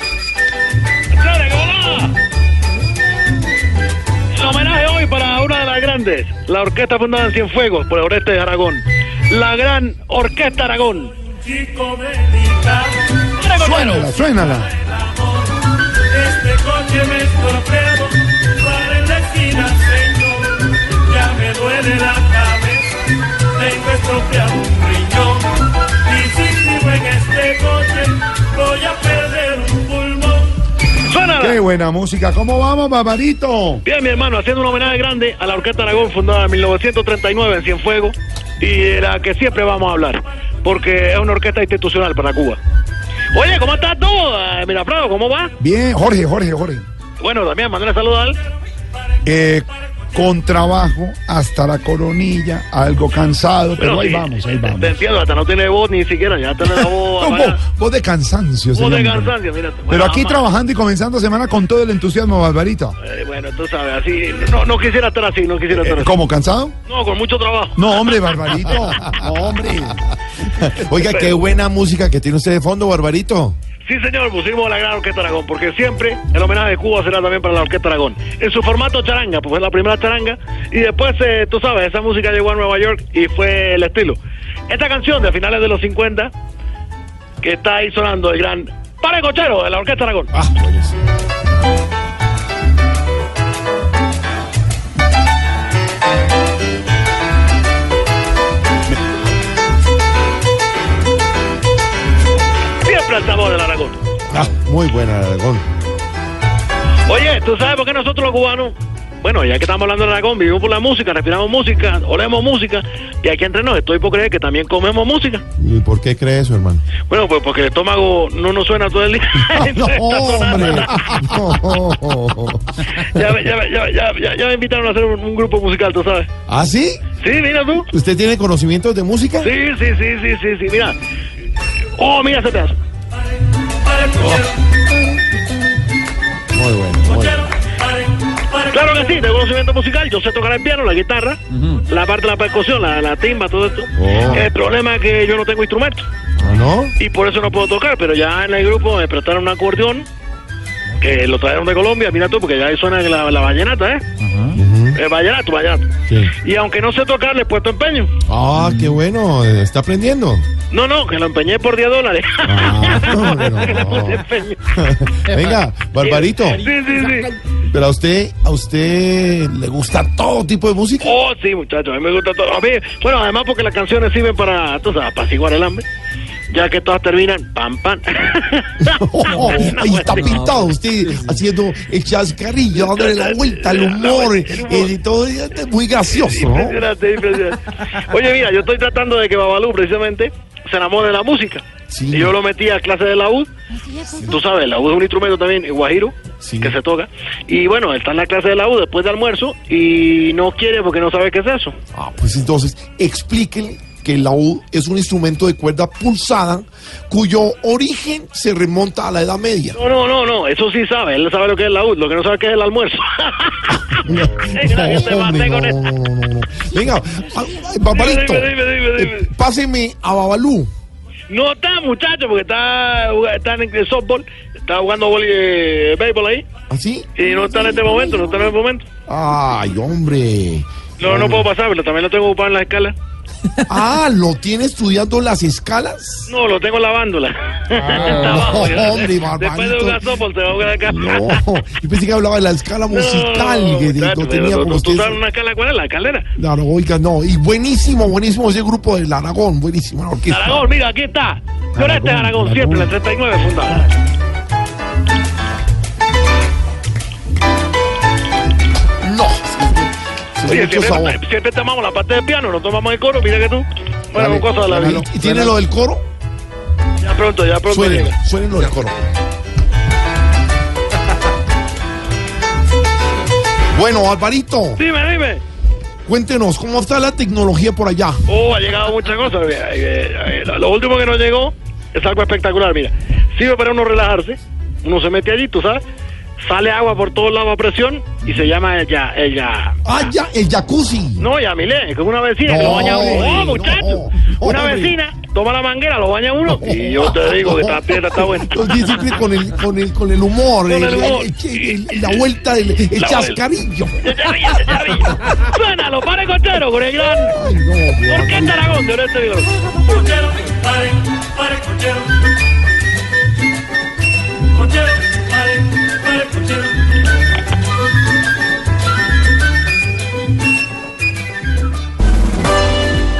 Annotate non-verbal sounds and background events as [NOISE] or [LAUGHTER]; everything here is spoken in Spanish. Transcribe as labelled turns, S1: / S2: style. S1: ¡Dale, golazo! El homenaje hoy para una de las grandes, la Orquesta Fundada en Cienfuegos, por el Oreste de Aragón. La gran Orquesta Aragón.
S2: chico militar.
S1: ¡Dale, golazo!
S3: Suénala, suénala.
S2: Este coche me estorpedo para en la esquina, señor. Ya me duele la cabeza, tengo estropeado un riñón. Y si sigo en este coche, voy a perder un pulmón.
S1: ¡Suénala!
S3: Qué buena música. ¿Cómo vamos, Barbarito?
S1: Bien, mi hermano, haciendo un homenaje grande a la Orquesta Aragón, fundada en 1939 en Cienfuegos, y de la que siempre vamos a hablar, porque es una orquesta institucional para Cuba. Oye, ¿cómo estás tú? Eh, Miraflado, ¿cómo va?
S3: Bien, Jorge, Jorge, Jorge.
S1: Bueno, también mandar a saludar.
S3: Eh, con trabajo hasta la coronilla, algo cansado,
S1: Bueno,
S3: pero Pues ahí
S1: sí,
S3: vamos, ahí
S1: te-
S3: vamos.
S1: Te entiendo, hasta no tiene voz ni siquiera, ya tiene la
S3: [LAUGHS]
S1: voz.
S3: No,
S1: apagada.
S3: voz, voz de cansancio,
S1: Voz de
S3: Pues, señor.
S1: cansancio, mira.
S3: Pero aquí
S1: trabaja
S3: trabajando y comenzando semana con todo el entusiasmo, Barbarito.
S1: bueno, tú sabes, así. No, no quisiera estar así, no quisiera estar
S3: Eh,
S1: así.
S3: ¿Cómo, cansado?
S1: No, con mucho trabajo.
S3: No, hombre, Barbarito.
S1: [LAUGHS]
S3: No, hombre.
S4: Oiga, qué buena música que tiene usted de fondo, Barbarito.
S1: Sí, señor, pusimos la gran Orquesta Aragón, porque siempre el homenaje de Cuba será también para la Orquesta Aragón. En su formato charanga, pues fue la primera charanga, y después, eh, tú sabes, esa música llegó a Nueva York y fue el estilo. Esta canción de finales de los 50, que está ahí sonando el gran Pare Cochero de la Orquesta Aragón.
S4: Ah, buenísimo.
S1: Siempre el sabor del Aragón.
S4: Ah, muy buena, Aragón.
S1: Oye, ¿tú sabes por qué nosotros los cubanos? Bueno, ya que estamos hablando de Aragón, vivimos por la música, respiramos música, olemos música, y aquí entre nos estoy por creer que también comemos música.
S4: ¿Y por qué cree eso, hermano?
S1: Bueno, pues porque el estómago no nos suena todo el
S4: [LAUGHS]
S1: día. [LAUGHS]
S4: No,
S1: Entonces, [LAUGHS] está sonando.
S4: hombre. No.
S1: [LAUGHS] Ya, me- ya, me- ya, me- ya, ya- ya me invitaron a hacer un, un grupo musical, ¿tú sabes?
S4: [LAUGHS] ¿Ah, sí?
S1: Sí, mira tú.
S4: ¿Usted tiene conocimientos de música?
S1: Sí, sí, sí, sí, sí, sí, mira. Oh, mira ese pedazo.
S2: Pare, pare, cochero,
S4: Oh. Muy bueno, muy bueno.
S2: cochero, pare, pare,
S1: Claro que
S2: cochero.
S1: sí, tengo conocimiento musical. Yo sé tocar el piano, la guitarra, la parte de la percusión, la, la timba, todo esto.
S4: Oh.
S1: El problema es que yo no tengo instrumento
S4: ¿Ah, no?
S1: y por eso no puedo tocar, pero ya en el grupo me prestaron un acordeón que lo trajeron de Colombia, mira tú, porque ya ahí suena la, la vallenata, ¿eh?
S4: Ujú,
S1: El vallenato, vallenato.
S4: sí.
S1: Y aunque no sé tocar, le he puesto empeño.
S4: Ah, qué bueno. eh, Está aprendiendo.
S1: No, no, que lo empeñé por 10 dólares.
S4: Ah, hombre, no.
S1: Que [LAUGHS] le puse [LAUGHS] empeño.
S4: Venga, Barbarito.
S1: Sí, sí, sí.
S4: Pero a usted, a usted le gusta todo tipo
S1: [LAUGHS]
S4: de música.
S1: Oh, sí, muchachos, a mí me gusta todo. A mí, bueno, además porque las canciones sirven para, tú sabes, apaciguar el hambre. Ya que todas terminan, pam, pam. [LAUGHS]
S4: Oh, ahí está
S1: pues, sí.
S4: pintado usted haciendo el chascarrillo, dándole la vuelta, el humor, eh, y todo es muy gracioso, ¿no?
S1: Impresionante, impresionante. Oye, mira, yo estoy tratando de que Babalú, precisamente, se enamore de la música.
S4: Sí.
S1: Y yo lo metí a clase de la U. Tú sabes, la U es un instrumento también, el guajiro,
S4: Sí.
S1: que se toca. Y bueno, él está en la clase de la U después de almuerzo y no quiere porque no sabe qué es eso.
S4: Ah, pues entonces, explíquenle que la U es un instrumento de cuerda pulsada cuyo origen se remonta a la Edad Media.
S1: No, no, no, no, eso sí sabe, él sabe lo que es la U, lo que no sabe qué es el
S4: [LAUGHS]
S1: almuerzo. [LAUGHS] Mira, que te maté
S4: no,
S1: con
S4: no,
S1: esto.
S4: no, no, no. Venga, ah, ah, Barbarito,
S1: Dime, dime, dime, dime.
S4: eh, páseme a Babalú.
S1: No está, muchacho, porque está, está en el softball, está jugando boli- eh, béisbol ahí,
S4: ¿Así?
S1: y no está en este momento, no está en este momento.
S4: Ay, hombre.
S1: No, no puedo pasar, pero también lo tengo ocupado en la escala.
S4: Ah, ¿lo tiene estudiando las escalas?
S1: No, lo tengo en la bándola. [LAUGHS] Está abajo,
S4: Ah, no,
S1: ya.
S4: hombre,
S1: Después de
S4: barbarito.
S1: jugar softball, te va a jugar acá. [LAUGHS]
S4: No, yo pensé que hablaba de la escala musical, que de-
S1: muchacho,
S4: lo tenía
S1: pero
S4: como
S1: ¿tú- ¿Tú
S4: usted.
S1: sabes una escala cuál es? La escalera.
S4: Claro, oiga, no, y buenísimo, buenísimo ese grupo del Aragón, buenísimo la orquesta.
S1: Aragón, mira, aquí está. Llorete
S4: Ah. Aragón,
S1: Aragón,
S4: Aragón. Ah,
S1: siempre, la 39 fundada.
S4: No, se
S1: Oye,
S4: ve mucho
S1: siempre,
S4: sabor.
S1: siempre tomamos la parte del piano, no tomamos el coro, mira que tú. Bueno,
S4: Dale,
S1: con cosas de la
S4: dale.
S1: vida.
S4: ¿Y tiene lo del coro?
S1: Ya pronto, ya pronto.
S4: Suene,
S1: llega.
S4: suene lo del coro. Bueno, Alvarito,
S1: Dime, dime.
S4: cuéntenos, ¿cómo está la tecnología por allá?
S1: Oh, ha llegado muchas cosas. Mira, eh, eh, Lo último que nos llegó es algo espectacular, mira. Sirve para uno relajarse, uno se mete allí, tú sabes, sale agua por todos lados a presión y se llama ella, ella.
S4: Ah, ya, el jacuzzi.
S1: No, ya Milé, es una vecina
S4: No,
S1: que lo baña uno.
S4: hombre,
S1: Oh,
S4: no,
S1: muchacho,
S4: hombre.
S1: una vecina toma la manguera, lo baña uno y yo te digo que esta piedra está buena.
S4: Entonces, siempre con el, con el, con el humor,
S1: Con el
S4: el-
S1: humor.
S4: el- el- la vuelta del el
S1: La vuelta.
S4: chascarillo.
S1: Chicharrillo, chicharrillo. Suénalo, pare cochero con el gran.
S4: Ay, no, Dios.
S1: ¿Por qué Tarragón de este vigor?
S2: Cochero, pare, pare, cochero. Cochero, pare, pare, cochero.